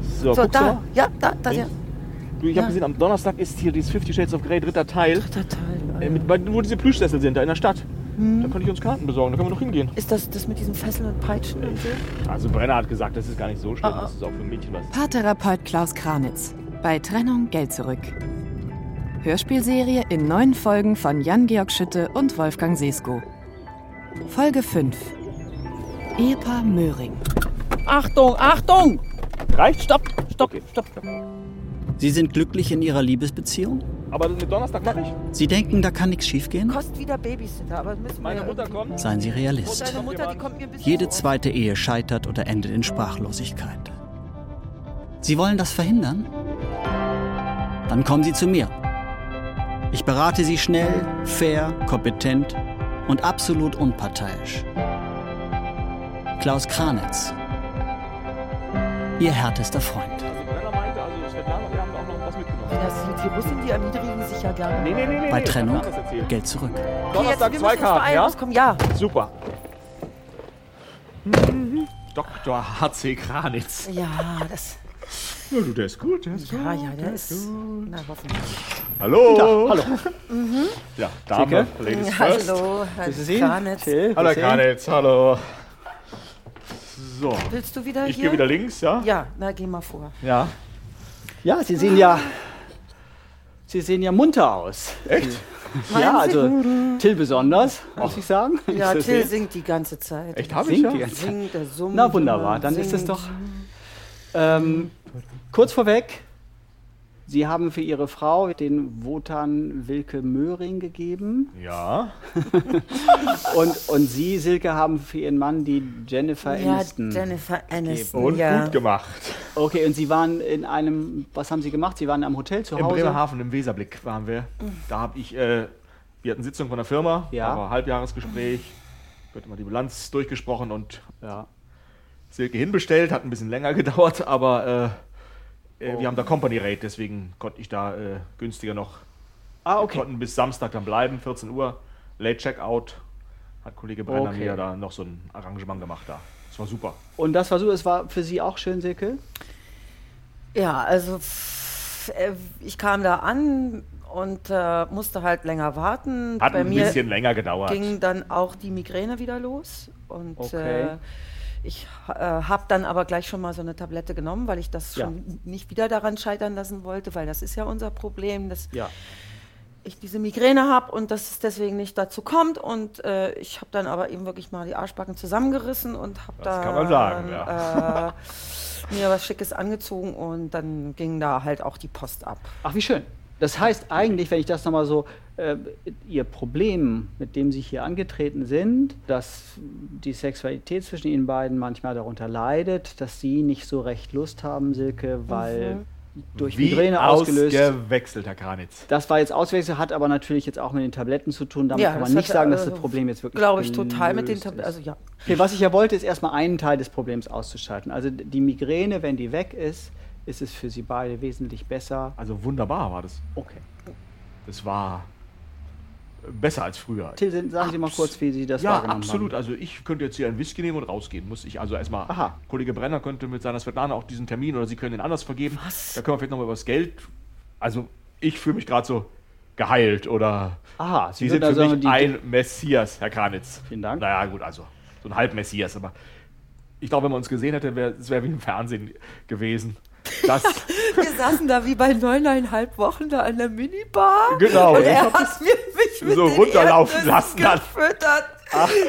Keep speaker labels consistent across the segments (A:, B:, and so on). A: So,
B: So,
A: guckst du
B: da,
A: mal?
B: ja, da, da, ja.
A: Links. Du, ich habe
B: Ja.
A: gesehen, am Donnerstag ist hier dieses Fifty Shades of Grey, dritter Teil,
B: Dritter Teil.
A: äh,
B: Alter.
A: mit, bei- wo diese Plüschsessel sind, da in der Stadt.
B: Hm.
A: Da konnte ich uns Karten besorgen, da können wir noch hingehen.
B: Ist das das mit diesen Fesseln und Peitschen und so?
A: Also Brenner hat gesagt, das ist gar nicht so schlimm,
B: Ah, ah.
A: das ist auch für Mädchen was.
C: Paartherapeut Klaus Kranitz. Bei Trennung Geld zurück. Hörspielserie in neun Folgen von Jan-Georg Schütte und Wolfgang Sesko. Folge 5. Ehepaar Möhring.
D: Achtung, Achtung!
A: Reicht?
D: Stopp, stopp,
A: Okay.
D: stopp, stopp.
E: Sie sind glücklich in Ihrer Liebesbeziehung?
A: Aber das mit Donnerstag mache ich.
E: Sie denken, da kann nichts schiefgehen?
B: Kostet wieder Babysitter, aber das müssen
A: Meine
B: wir
A: Mutter
B: irgendwie-
A: kommt.
E: Seien Sie
B: Und
E: Realist.
B: deine Mutter, die kommt mir ein bisschen
E: Jede
B: vor.
E: zweite Ehe scheitert oder endet in Sprachlosigkeit. Sie wollen das verhindern? Dann kommen Sie zu mir. Ich berate Sie schnell, fair, kompetent und absolut unparteiisch. Klaus Kranitz. Ihr härtester Freund.
A: Also Brenner meinte, also Svetlana, wir haben auch noch was mitgenommen.
B: Das sind die Russen, die erniedrigen sich ja gerne.
A: Nee, nee, nee, nee.
E: Bei
A: nee,
E: Trennung
A: Svetlana hat das erzählt.
E: Geld zurück.
B: Okay, jetzt,
A: Donnerstag
B: wir
A: zwei
B: müssen uns
A: Karten,
B: beeilen,
A: ja?
B: rauskommen. Ja,
A: Super. Mhm. Dr. H.C. Kranitz.
B: ja, das...
A: Ja, du, der ist gut, der ist
B: Ja, ja, der ist... Na, hoffentlich.
A: Hallo. hallo. Mhm. Ja, Dame, Ladies first.
B: Hallo, Herr Kranitz.
A: Hallo, Herr Kranitz, hallo. So,
B: Willst du wieder
A: ich
B: hier?
A: gehe wieder links, ja?
B: Ja, na, geh mal vor.
A: Ja.
F: Ja, Sie sehen ja. Sie sehen ja munter aus.
A: Echt?
F: Ja, also Till besonders, muss ich sagen.
B: Ja,
F: Ist das
B: Till
F: so?
B: singt die ganze Zeit.
A: Echt, habe ich
F: Singt
A: ja?
F: die ganze Zeit.
B: Singt, er summt.
F: Na wunderbar,
B: immer,
F: dann ist es
B: singt.
F: doch. Ähm, kurz vorweg, Sie haben für Ihre Frau den Wotan Wilke Möhring gegeben
A: Ja.
F: und, und Sie, Silke, haben für Ihren Mann die Jennifer
B: Ja,
F: Aniston.
B: Jennifer Aniston.
A: Und
B: ja.
A: gut gemacht.
F: okay, und Sie waren in einem, was haben Sie gemacht? Sie waren am Hotel zu
A: Im
F: Hause.
A: Bremerhaven, im Weserblick waren wir. Da habe ich, äh, wir hatten Sitzung von der Firma,
F: Ja.
A: da war Halbjahresgespräch, wird immer die Bilanz durchgesprochen und äh,
F: Ja.
A: Silke hinbestellt, hat ein bisschen länger gedauert, aber äh, äh, wir haben da Company Rate, deswegen konnte ich da äh, günstiger noch.
F: Ah,
A: Wir
F: okay.
A: konnten bis Samstag dann bleiben, 14 Uhr, Late Checkout. Hat Kollege Brenner
F: Okay.
A: mir da noch so ein Arrangement gemacht da. Das war super.
F: Und das war so, es war für Sie auch schön, Silke?
B: Ja, also pff, äh, ich kam da an und äh, musste halt länger warten.
A: Hat
B: Bei
A: ein
B: mir
A: bisschen länger gedauert.
B: ging dann auch die Migräne wieder los und
F: Okay.
B: äh, ich äh, habe dann aber gleich schon mal so eine Tablette genommen, weil ich das
F: Ja.
B: schon nicht wieder daran scheitern lassen wollte, weil das ist ja unser Problem, dass
F: Ja.
B: ich diese Migräne habe und dass es deswegen nicht dazu kommt. Und äh, ich habe dann aber eben wirklich mal die Arschbacken zusammengerissen und habe
A: Das
B: dann
A: kann man sagen, ja.
B: äh, mir was Schickes angezogen und dann ging da halt auch die Post ab.
F: Ach, wie schön. Das heißt eigentlich, wenn ich das nochmal so, äh, Ihr Problem, mit dem Sie hier angetreten sind, dass die Sexualität zwischen Ihnen beiden manchmal darunter leidet, dass Sie nicht so recht Lust haben, Silke, weil
B: Mhm.
F: durch Migräne ausgelöst.
A: ausgewechselt, Herr Kranitz.
F: Das war jetzt Auswechsel, hat aber natürlich jetzt auch mit den Tabletten zu tun. Damit
B: Ja,
F: kann man
B: das
F: nicht
B: hat,
F: sagen, dass
B: äh,
F: das Problem jetzt wirklich.
B: Glaube ich total mit den
F: gelöst
B: Tabletten.
F: ist.
B: Also ja.
F: Okay, was ich ja wollte, ist erstmal einen Teil des Problems auszuschalten. Also die Migräne, wenn die weg ist, ist es für Sie beide wesentlich besser.
A: Also wunderbar war das.
F: Okay.
A: Das war besser als früher.
F: Till, sind- sagen Sie mal kurz, wie Sie das
A: ja,
F: wahrgenommen
A: absolut.
F: haben.
A: Also ich könnte jetzt hier einen Whisky nehmen und rausgehen. Muss ich also erstmal.
F: Aha.
A: Kollege Brenner könnte mit seiner Svetlana auch diesen Termin oder Sie können den anders vergeben.
B: Was?
A: Da können wir vielleicht nochmal über das Geld. Also ich fühle mich gerade so geheilt oder.
F: Aha,
A: Sie,
F: Sie
A: sind
F: würden
A: für
F: also
A: mich
F: die-
A: ein Messias, Herr Kranitz.
F: Vielen Dank.
A: Naja, gut, also so ein Halb-Messias, aber ich glaube, wenn man uns gesehen hätte, wäre es wäre wie im Fernsehen gewesen. Das,
B: Wir saßen da wie bei neuneinhalb Wochen da an der Minibar.
A: Genau,
B: Und
A: ich
B: er
A: hab
B: hat mir mich mit
A: so
B: den
A: runterlaufen
B: Erdnüssen
A: lassen dann.
B: gefüttert.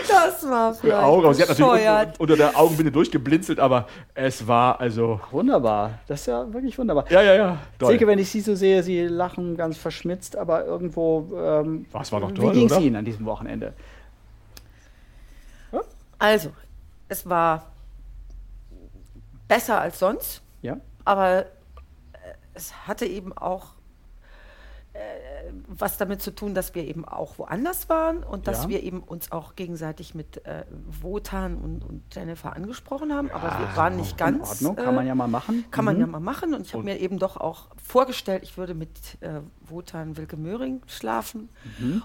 B: das war
A: Für
B: vielleicht
A: Augen. Aber Sie hat natürlich
B: bescheuert.
A: unten, unter der Augenbinde durchgeblinzelt, aber es war also.
F: Wunderbar, das ist ja wirklich wunderbar.
A: Ja, ja, ja. Toll.
F: Silke, wenn ich Sie so sehe, Sie lachen ganz verschmitzt, aber irgendwo. Ähm,
A: Was war doch
F: wie
A: toll,
F: ging es
A: oder?
F: Ihnen an diesem Wochenende?
B: Also, es war besser als sonst,
F: Ja?
B: aber äh, es hatte eben auch äh, was damit zu tun, dass wir eben auch woanders waren und dass
F: Ja.
B: wir eben uns auch gegenseitig mit äh, Wotan und, und Jennifer angesprochen haben, aber wir waren nicht
F: In
B: ganz. äh,
A: Mhm.
F: Ordnung, kann man ja mal machen. Mhm.
B: Kann man ja mal machen. Und ich habe mir eben doch auch vorgestellt, ich würde mit äh, Wotan Wilke Möhring schlafen.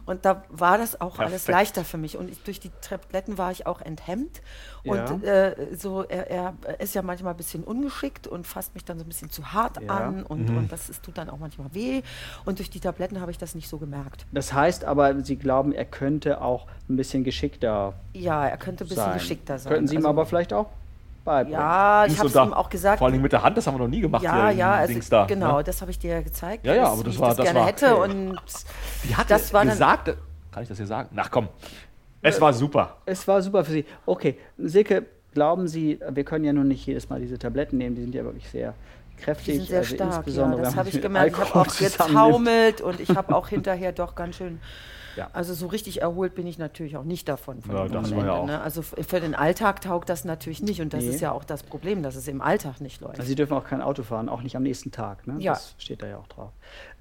B: Und da war das auch alles
A: Mhm. Perfekt.
B: leichter für mich. Und ich, durch die Tabletten war ich auch enthemmt. Und äh, so, er, er ist ja manchmal ein bisschen ungeschickt und fasst mich dann so ein bisschen zu hart
F: Ja.
B: an. Und,
A: Mhm.
B: und das ist, tut dann auch manchmal weh. Und durch die Tabletten habe ich das nicht so gemerkt.
F: Das heißt aber, Sie glauben, er könnte auch ein bisschen geschickter
B: Ja, er könnte ein bisschen
F: sein.
B: geschickter sein.
F: Könnten Sie ihm
B: Also-
F: aber vielleicht auch beibringen.
B: Ja, ich
A: Nicht so
B: habe es
A: da-
B: ihm auch gesagt.
A: Vor allem mit der Hand, das haben wir noch nie gemacht.
B: ja,
A: hier
B: ja,
A: im
B: also
A: Dings da,
B: genau,
A: ne?
B: das habe ich dir ja gezeigt,
A: Ja, ja,
B: dass
A: aber das
B: ich
A: war-
B: das
A: das
B: gerne
A: war-
B: hätte und
A: Die hat
B: das war dann-
A: gesagt, kann ich das hier sagen? Ach komm, es war super.
F: Es war super für Sie. Okay, Silke, glauben Sie, wir können ja nun nicht jedes Mal diese Tabletten nehmen, die sind ja wirklich sehr
B: die
F: kräftig.
B: sind sehr
F: also
B: stark. Ja,
F: insbesondere, wenn
B: das
F: man
B: habe
F: sie
B: ich
F: mit
B: gemerkt. Ich habe
F: Alkohol
B: auch
F: zusammennimmt.
B: getaumelt und ich habe auch hinterher doch ganz schön.
A: Ja.
B: Also so richtig erholt bin ich natürlich auch nicht davon. Von
A: Ja,
B: dem
A: das war ja
B: Wochenende,
A: auch.
B: ne? Also f- für den Alltag taugt das natürlich nicht und das
F: Nee.
B: ist ja auch das Problem, dass es im Alltag nicht läuft.
F: Also Sie dürfen auch kein Auto fahren, auch nicht am nächsten Tag. Ne?
B: Ja.
F: Das steht da ja auch drauf.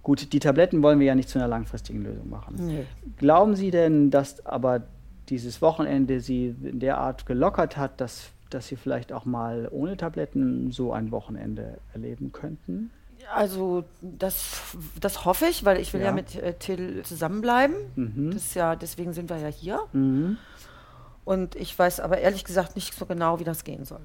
F: Gut, die Tabletten wollen wir ja nicht zu einer langfristigen Lösung machen.
B: Nee.
F: Glauben Sie denn, dass aber dieses Wochenende Sie in der Art gelockert hat, dass, dass Sie vielleicht auch mal ohne Tabletten so ein Wochenende erleben könnten?
B: Also das, das hoffe ich, weil ich will ja,
F: Ja. Mhm.
B: mit äh, Till zusammenbleiben. Das ist ja, deswegen sind wir ja hier. Und ich weiß aber ehrlich gesagt nicht so genau, wie das gehen soll.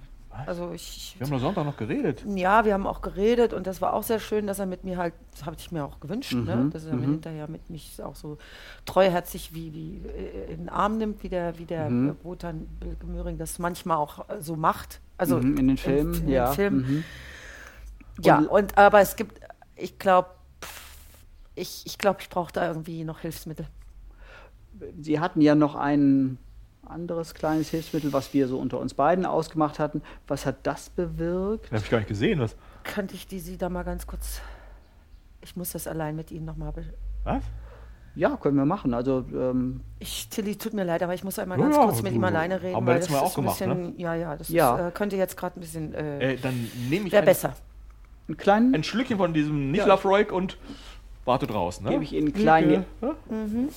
B: Also ich,
A: Wir haben am Sonntag noch geredet.
B: ja, wir haben auch geredet und das war auch sehr schön, dass er mit mir halt, das habe ich mir auch gewünscht, ne?
F: Mhm.
B: dass er mir hinterher mit mich auch so treuherzig wie, wie äh, in den Arm nimmt, wie der, wie der
F: Mhm.
B: äh, Wotan Bilke Möhring das manchmal auch äh, so macht. Also
F: Mhm, in den
B: im-
F: Filmen,
B: in
F: ja, Mhm.
B: Den Filmen. Ja, und aber es gibt, ich glaube, ich, ich glaube, ich brauche da irgendwie noch Hilfsmittel.
F: Sie hatten ja noch ein anderes kleines Hilfsmittel, was wir so unter uns beiden ausgemacht hatten. Was hat das bewirkt?
A: Den habe ich gar nicht gesehen. Was?
B: Könnte ich die Sie da mal ganz kurz. Ich muss das allein mit Ihnen nochmal.
A: was?
F: Ja, können wir machen. Also ähm,
B: Ich, Tilly, tut mir leid, aber ich muss einmal
A: Ja,
B: ganz
A: ja,
B: kurz mit
A: du-
B: ihm alleine reden.
A: haben wir
B: weil
A: letztes
B: das
A: Mal
B: ist
A: auch
B: ein
A: gemacht,
B: bisschen, Ja, ne? ja, das
F: Ja.
B: Ist, äh, könnte jetzt gerade ein bisschen. Äh,
A: Äh, dann nehme ich
B: Wäre
A: ein,
B: besser.
F: einen kleinen
A: ein Schlückchen von diesem Nislafroig und warte draußen. Ne?
F: gebe ich Ihnen einen kleinen.
A: Lücke, ne?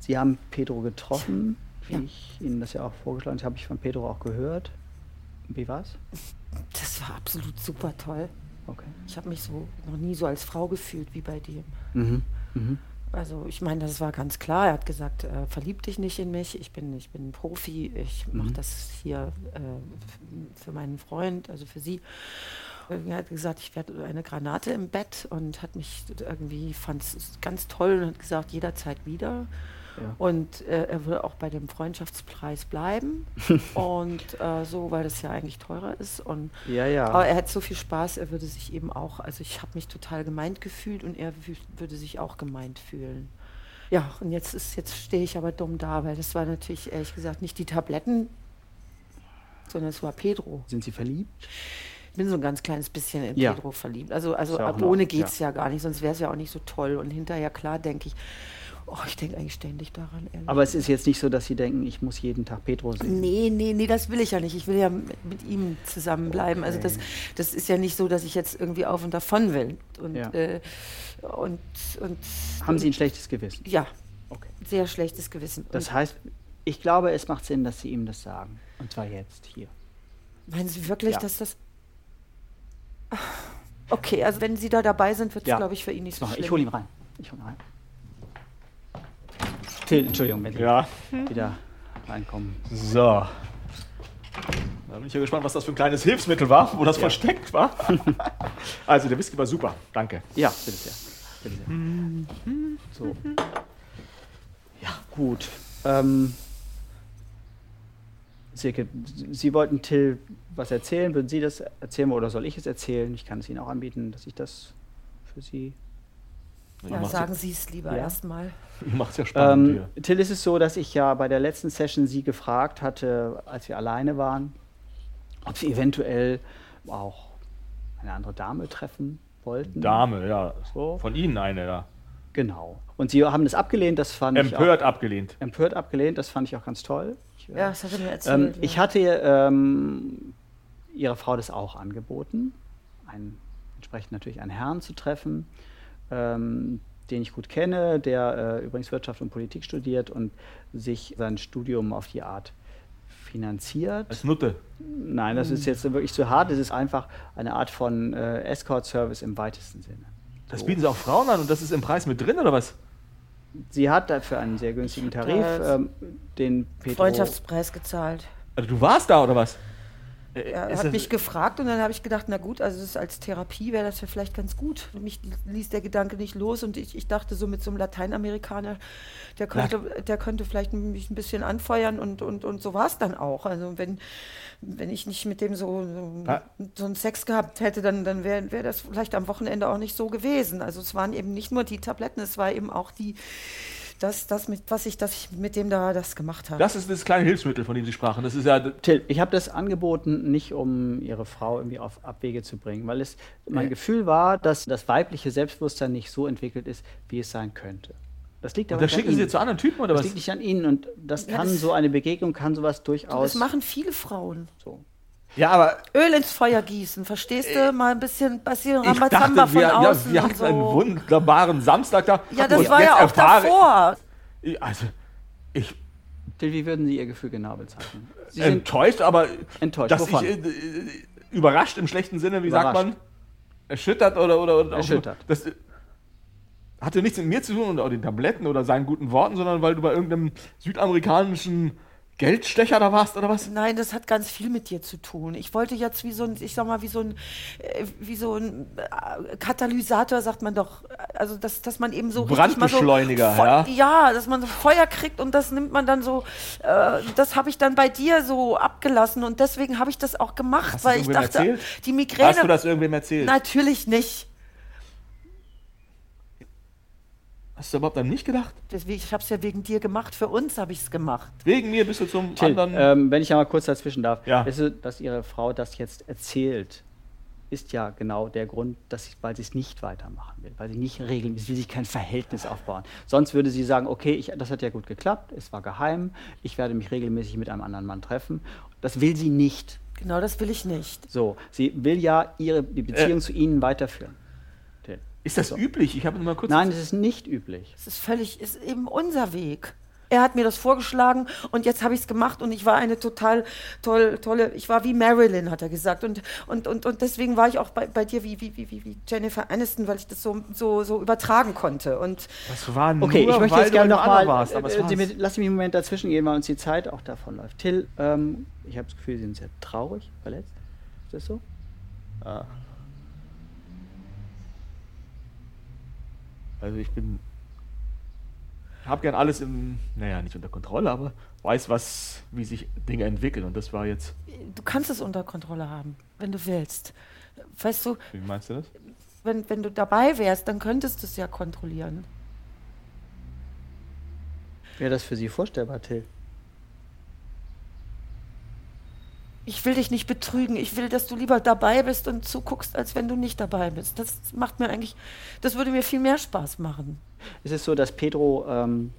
F: Sie haben Pedro getroffen, wie ich Ihnen das ja auch vorgeschlagen habe. Habe ich von Pedro auch gehört. Wie war's?
B: Das war absolut super toll.
F: Okay.
B: Ich habe mich so noch nie so als Frau gefühlt wie bei dem. Also ich meine, das war ganz klar. Er hat gesagt, äh, verlieb dich nicht in mich. Ich bin, ich bin ein Profi. Ich mache
F: Mhm.
B: das hier äh, f- für meinen Freund, also für sie. Und Er hat gesagt, ich werde eine Granate im Bett und hat mich irgendwie fand es ganz toll und hat gesagt, jederzeit wieder.
F: Ja.
B: Und äh, er will auch bei dem Freundschaftspreis bleiben und äh, so, weil das ja eigentlich teurer ist und
F: Ja, ja.
B: aber er hat so viel Spaß, er würde sich eben auch, also ich habe mich total gemeint gefühlt und er wü- würde sich auch gemeint fühlen. Ja, und jetzt ist, jetzt stehe ich aber dumm da, weil das war natürlich ehrlich gesagt nicht die Tabletten, sondern es war Pedro.
F: Sind Sie verliebt?
B: Ich bin so ein ganz kleines bisschen in
F: Ja.
B: Pedro verliebt. Also, also
F: Ist ja auch
B: ab
F: in Ordnung,
B: ohne geht es ja. gar nicht, sonst wäre es ja auch nicht so toll. Und hinterher, klar, denke ich, oh, ich denke eigentlich ständig daran, ehrlich.
F: Aber es ist jetzt nicht so, dass Sie denken, ich muss jeden Tag Pedro sehen.
B: Nee, nee, nee, das will ich ja nicht. Ich will ja mit, mit ihm zusammenbleiben. Also das, das ist ja nicht so, dass ich jetzt irgendwie auf und davon will. Und,
F: Ja.
B: äh, und, und
F: Haben Sie ein schlechtes Gewissen?
B: ja,
F: Okay.
B: sehr schlechtes Gewissen. Und
F: Das heißt, ich glaube, es macht Sinn, dass Sie ihm das sagen. Und zwar jetzt hier.
B: meinen Sie wirklich,
F: Ja.
B: dass das. Ah, Okay, also wenn Sie da dabei sind, wird es,
F: Ja.
B: glaube ich, für ihn nicht so
F: Mach-
B: schlimm.
F: Ich hole ihn rein. Ich hole ihn rein. Till, Entschuldigung, wenn Sie
A: Ja,
F: wieder reinkommen.
A: so. Da bin ich ja gespannt, was das für ein kleines Hilfsmittel war, wo das versteckt war. also, der Whisky war super. Danke.
F: Ja, bitte sehr. Bitte sehr. So. Ja, gut. Ähm, Silke, Sie wollten Till was erzählen. Würden Sie das erzählen oder soll ich es erzählen? Ich kann es Ihnen auch anbieten, dass ich das für Sie
B: ja, sagen Sie es lieber
F: Ja.
B: erstmal.
A: Ihr macht's ja spannend
F: Ähm,
A: hier.
F: Till, ist es so, dass ich ja bei der letzten Session Sie gefragt hatte, als wir alleine waren, ob Sie eventuell auch eine andere Dame treffen wollten?
A: Dame, ja.
F: So.
A: Von Ihnen eine da.
F: Genau. Und Sie haben das abgelehnt, das fand
A: Empört
F: ich
A: abgelehnt.
F: auch, empört abgelehnt, das fand ich auch ganz toll. Ich, äh,
B: Ja, das hat er mir
F: ähm,
B: erzählt.
F: ich
B: ja.
F: hatte ähm, Ihrer Frau das auch angeboten, einen, entsprechend natürlich einen Herrn zu treffen, ähm, den ich gut kenne, der äh, übrigens Wirtschaft und Politik studiert und sich sein Studium auf die Art finanziert.
A: Als Nutte.
F: Nein, das ist jetzt wirklich zu hart. Es ist einfach eine Art von äh, Escort-Service im weitesten Sinne.
A: Das bieten sie auch Frauen an und das ist im Preis mit drin, oder was?
F: Sie hat dafür einen sehr günstigen
B: Ich hab
F: Tarif,
B: da jetzt
F: ähm, den Petro.
B: Freundschaftspreis gezahlt.
A: Also du warst da, oder was? Äh,
B: Er
A: ist
B: hat
A: das-
B: mich gefragt und dann habe ich gedacht, na gut, also das ist als Therapie wäre das ja vielleicht ganz gut. Mich ließ der Gedanke nicht los und ich, ich dachte so mit so einem Lateinamerikaner, der könnte, der könnte vielleicht mich ein bisschen anfeuern und, und, und so war es dann auch. Also wenn, wenn ich nicht mit dem so, so,
A: Ah.
B: so einen Sex gehabt hätte, dann, dann wäre wär das vielleicht am Wochenende auch nicht so gewesen. Also es waren eben nicht nur die Tabletten, es war eben auch die, das, das mit, was ich, dass ich mit dem da das gemacht habe.
A: das ist das kleine Hilfsmittel, von dem sie sprachen. Das ist ja
F: Till, ich habe das angeboten, nicht um ihre Frau irgendwie auf Abwege zu bringen, weil es mein Gefühl war, dass das weibliche Selbstbewusstsein nicht so entwickelt ist, wie es sein könnte. Das liegt aber
A: Da
F: nicht an
A: schicken sie
F: Ihnen.
A: zu anderen Typen oder
F: Das
A: was?
F: liegt nicht an Ihnen und das
B: Ja,
F: kann
B: das-
F: so eine Begegnung, kann sowas durchaus.
B: das machen viele Frauen.
F: so.
A: Ja, aber
B: Öl ins Feuer gießen, verstehst du? Mal ein bisschen, bisschen
A: Äh, ich dachte,
B: Rambazamba von
A: wir, ja,
B: außen
A: wir
B: und
A: hatten einen
B: so.
A: wunderbaren Samstag da.
B: Ja, das
A: Und
B: war
A: jetzt
B: ja auch
A: erfahre-
B: davor.
A: Ich- Also, ich
F: Till, wie würden Sie Ihr Gefühl genau bezeichnen? Sie sind
A: enttäuscht, aber
F: Enttäuscht,
A: dass
F: wovon?
A: ich äh, äh, überrascht im schlechten Sinne, wie sagt
F: Überrascht.
A: man? Erschüttert oder oder, oder auch-
F: Erschüttert.
A: Das äh, hatte nichts mit mir zu tun und auch den Tabletten oder seinen guten Worten, sondern weil du bei irgendeinem südamerikanischen Geldstecher da warst oder was?
B: Nein, das hat ganz viel mit dir zu tun. Ich wollte jetzt wie so ein, ich sag mal, wie so ein, äh, wie so ein äh, Katalysator, sagt man doch. Also, dass, dass man eben so. richtig mal so
A: Brandbeschleuniger,
B: Feu-
A: ja.
B: Ja, dass man so Feuer kriegt und das nimmt man dann so, äh, das habe ich dann bei dir so abgelassen und deswegen habe ich das auch gemacht,
A: Hast du
B: weil
A: das
B: ich
A: irgendwem
B: dachte,
A: erzählt?
B: die Migräne.
A: Hast du das irgendwem erzählt?
B: Natürlich nicht.
A: Hast du überhaupt an mich gedacht?
B: Deswegen, ich habe es ja wegen dir gemacht. Für uns habe ich es gemacht.
A: Wegen mir bist du zum
F: Till,
A: anderen.
F: ähm, wenn ich ja mal kurz dazwischen darf,
A: Ja.
F: ist, es, dass Ihre Frau das jetzt erzählt, ist ja genau der Grund, dass sie, weil sie es nicht weitermachen will, weil sie nicht regeln will, sie will sich kein Verhältnis aufbauen. Sonst würde sie sagen, okay, ich, das hat ja gut geklappt, es war geheim, ich werde mich regelmäßig mit einem anderen Mann treffen. Das will sie nicht.
B: Genau, das will ich nicht.
F: So, sie will ja ihre, die Beziehung zu Ihnen weiterführen. Till.
A: Äh. ist das üblich? Ich habe nur mal kurz.
F: Nein, es ist nicht üblich.
B: Es ist völlig, es ist eben unser Weg. Er hat mir das vorgeschlagen und jetzt habe ich es gemacht und ich war eine total toll, tolle, ich war wie Marilyn, hat er gesagt. Und, und, und, und deswegen war ich auch bei, bei dir wie, wie, wie, wie wie Jennifer Aniston, weil ich das so, so, so übertragen konnte. Und
A: das war nur,
F: Okay, ich möchte
A: weil
F: jetzt
A: du
F: gerne äh,
A: bei einem
F: nochmal.
A: anderen warst, aber es war's.
F: Lass mich einen Moment dazwischen gehen, weil uns die Zeit auch davonläuft. Till, ähm, ich habe das Gefühl, Sie sind sehr traurig, verletzt. Ist das so?
A: Also ich bin. Hab gern alles im. Naja, nicht unter Kontrolle, aber weiß, was, wie sich Dinge entwickeln. Und das war jetzt.
B: du kannst es unter Kontrolle haben, wenn du willst. Weißt du,
A: Wie meinst du das?
B: wenn, wenn du dabei wärst, dann könntest du es ja kontrollieren.
F: Wäre das für Sie vorstellbar, Till?
B: Ich will dich nicht betrügen. Ich will, dass du lieber dabei bist und zuguckst, als wenn du nicht dabei bist. Das macht mir eigentlich, das würde mir viel mehr Spaß machen.
F: Ist es so, dass Pedro, ähm,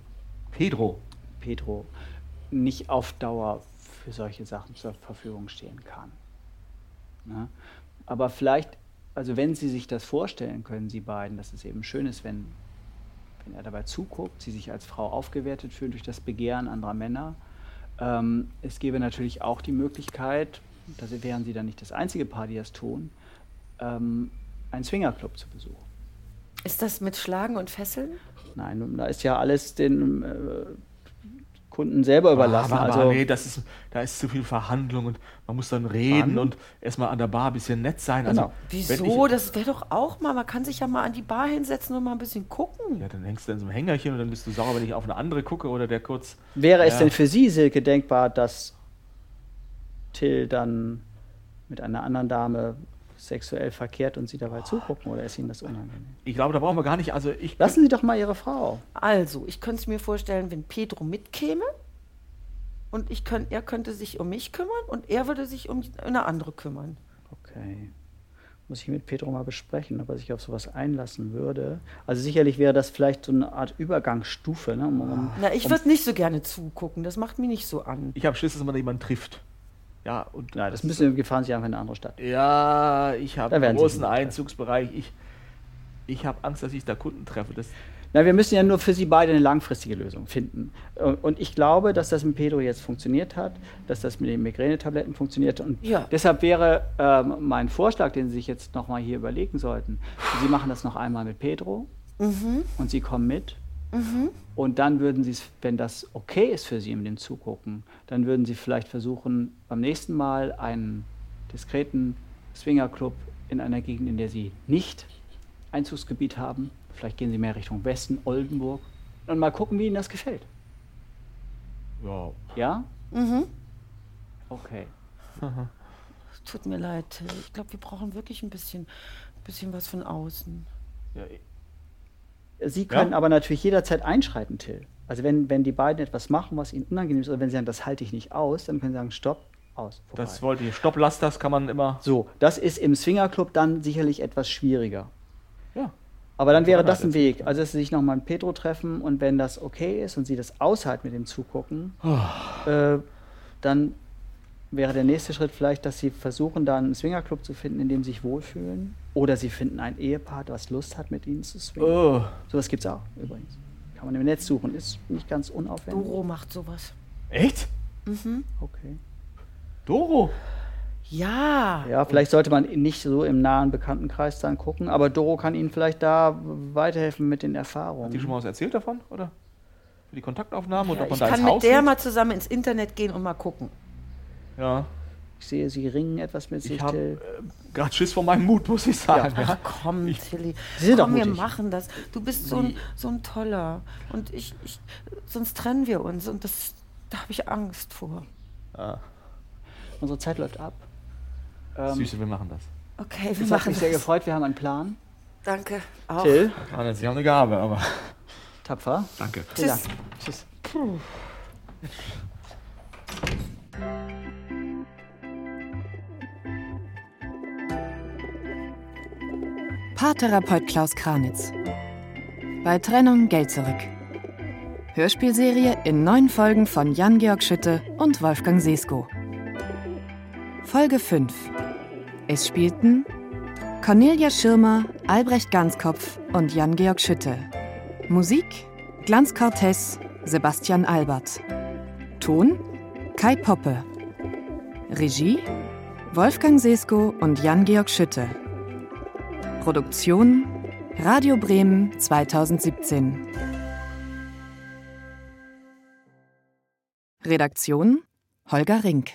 A: Pedro.
F: Pedro nicht auf Dauer für solche Sachen zur Verfügung stehen kann? Ne? Aber vielleicht, also wenn Sie sich das vorstellen können, Sie beiden, dass es eben schön ist, wenn, wenn er dabei zuguckt, Sie sich als Frau aufgewertet fühlen durch das Begehren anderer Männer. Ähm, es gäbe natürlich auch die Möglichkeit, da sie- wären Sie dann nicht das einzige Paar, die das tun, ähm, einen Swingerclub zu besuchen.
B: Ist das mit Schlagen und Fesseln?
F: Nein, da ist ja alles den äh, Kunden selber überlassen.
A: Aber, aber
F: also,
A: nee, das ist, da ist zu viel Verhandlung und man muss dann reden
F: Verhandlung?
A: und erstmal an der Bar ein bisschen nett sein.
F: Genau.
A: Also, wenn
B: Wieso?
A: Ich,
B: das wäre doch auch mal. Man kann sich ja mal an die Bar hinsetzen und mal ein bisschen gucken.
A: ja, dann hängst du in so einem Hängerchen und dann bist du sauer, wenn ich auf eine andere gucke oder der kurz.
F: wäre es
A: Ja.
F: denn für Sie, Silke, denkbar, dass Till dann mit einer anderen Dame sexuell verkehrt und Sie dabei zugucken oder ist Ihnen das unangenehm?
A: Ich glaube, da brauchen wir gar nicht. Also ich.
F: Lassen Sie doch mal Ihre Frau.
B: Also, ich könnte es mir vorstellen, wenn Pedro mitkäme und ich könnt, er könnte sich um mich kümmern und er würde sich um eine andere kümmern.
F: Okay. Muss ich mit Pedro mal besprechen, ob er sich auf sowas einlassen würde. Also sicherlich wäre das vielleicht so eine Art Übergangsstufe. Ne? Um, um,
A: Ah.
B: Na, ich
F: um-
B: würde nicht so gerne zugucken. Das macht mich nicht so an.
A: Ich habe Schiss, dass man da jemanden trifft. Ja, und.
F: Ja, das müssen wir, fahren Sie einfach in eine andere Stadt.
A: Ja, ich habe
F: Da
A: einen
F: werden sie
A: großen
F: nicht treffen.
A: Einzugsbereich. Ich, ich habe Angst, dass ich da Kunden treffe. Das,
F: Na, wir müssen ja nur für sie beide eine langfristige Lösung finden. Und und ich glaube, dass das mit Pedro jetzt funktioniert hat, dass das mit den Migränetabletten funktioniert. Und
B: Ja.
F: deshalb wäre ähm, mein Vorschlag, den Sie sich jetzt nochmal hier überlegen sollten, Sie machen das noch einmal mit Pedro und Sie kommen mit. Und dann würden Sie es, wenn das okay ist für Sie mit dem Zugucken, dann würden Sie vielleicht versuchen, beim nächsten Mal einen diskreten Swingerclub in einer Gegend, in der Sie nicht Einzugsgebiet haben. Vielleicht gehen Sie mehr Richtung Westen, Oldenburg. Und mal gucken, wie Ihnen das gefällt.
A: Ja,
F: Ja? Mhm. Okay.
B: Tut mir leid. Ich glaube, wir brauchen wirklich ein bisschen, bisschen was von außen.
A: ja
F: Sie können aber natürlich jederzeit einschreiten, Till. Also wenn, wenn die beiden etwas machen, was ihnen unangenehm ist, oder wenn sie sagen, das halte ich nicht aus, dann können sie sagen, stopp, aus. vorbei.
A: das wollte ich. Stopp, lass das, kann man immer.
F: so, das ist im Swingerclub dann sicherlich etwas schwieriger.
A: Ja.
F: Aber dann wäre
A: Kann man
F: das ein
A: das
F: Weg. Also, dass sie sich nochmal mit Pedro treffen und wenn das okay ist und sie das aushalten mit dem Zugucken,
A: Ah.
F: äh, dann wäre der nächste Schritt vielleicht, dass sie versuchen, dann einen Swingerclub zu finden, in dem sie sich wohlfühlen. Oder sie finden ein Ehepaar, das Lust hat, mit ihnen zu swingen.
A: Oh,
F: Sowas gibt's auch übrigens. Kann man im Netz suchen. Ist nicht ganz unaufwendig.
B: Doro macht sowas.
A: echt?
F: Okay.
A: Doro?
B: Ja.
F: Ja, vielleicht sollte man nicht so im nahen Bekanntenkreis dann gucken, aber Doro kann Ihnen vielleicht da weiterhelfen mit den Erfahrungen.
A: Hat die schon mal was erzählt davon? Oder? Für die Kontaktaufnahme und ob man
B: ich
A: da
B: kann
A: ins
B: mit
A: Haus
B: der
A: geht?
B: mal zusammen ins Internet gehen und mal gucken.
A: Ja.
F: Ich sehe, Sie ringen etwas mit sich.
A: Ich habe
F: Till.
A: äh, gerade Schiss vor meinem Mut, muss ich sagen. Ja.
B: Ach komm, Tilly.
F: Sie sind doch
B: komm, wir
F: mutig.
B: machen das. Du bist so ein, so ein toller. Und ich, ich, sonst trennen wir uns. Und das, da habe ich Angst vor.
F: Unsere Zeit läuft ab.
A: Süße, wir machen das.
B: Okay, wir
F: Es Ähm, hat
B: machen
F: mich sehr
B: das.
F: gefreut, wir haben einen Plan.
B: Danke. Auch.
F: Till,
A: Ah, das ist ja auch eine Gabe, aber.
F: tapfer.
A: Danke.
F: Vielen
B: Tschüss.
F: Dank. Tschüss.
C: Paartherapeut Klaus Kranitz. Bei Trennung Geld zurück. Hörspielserie in neun Folgen von Jan-Georg Schütte und Wolfgang Sesko. Folge 5. Es spielten Cornelia Schirmer, Albrecht Ganzkopf und Jan-Georg Schütte. Musik Glanz Cortez, Sebastian Albert. Ton Kai Poppe. Regie Wolfgang Sesko und Jan-Georg Schütte. Produktion Radio Bremen 2017. Redaktion Holger Rink.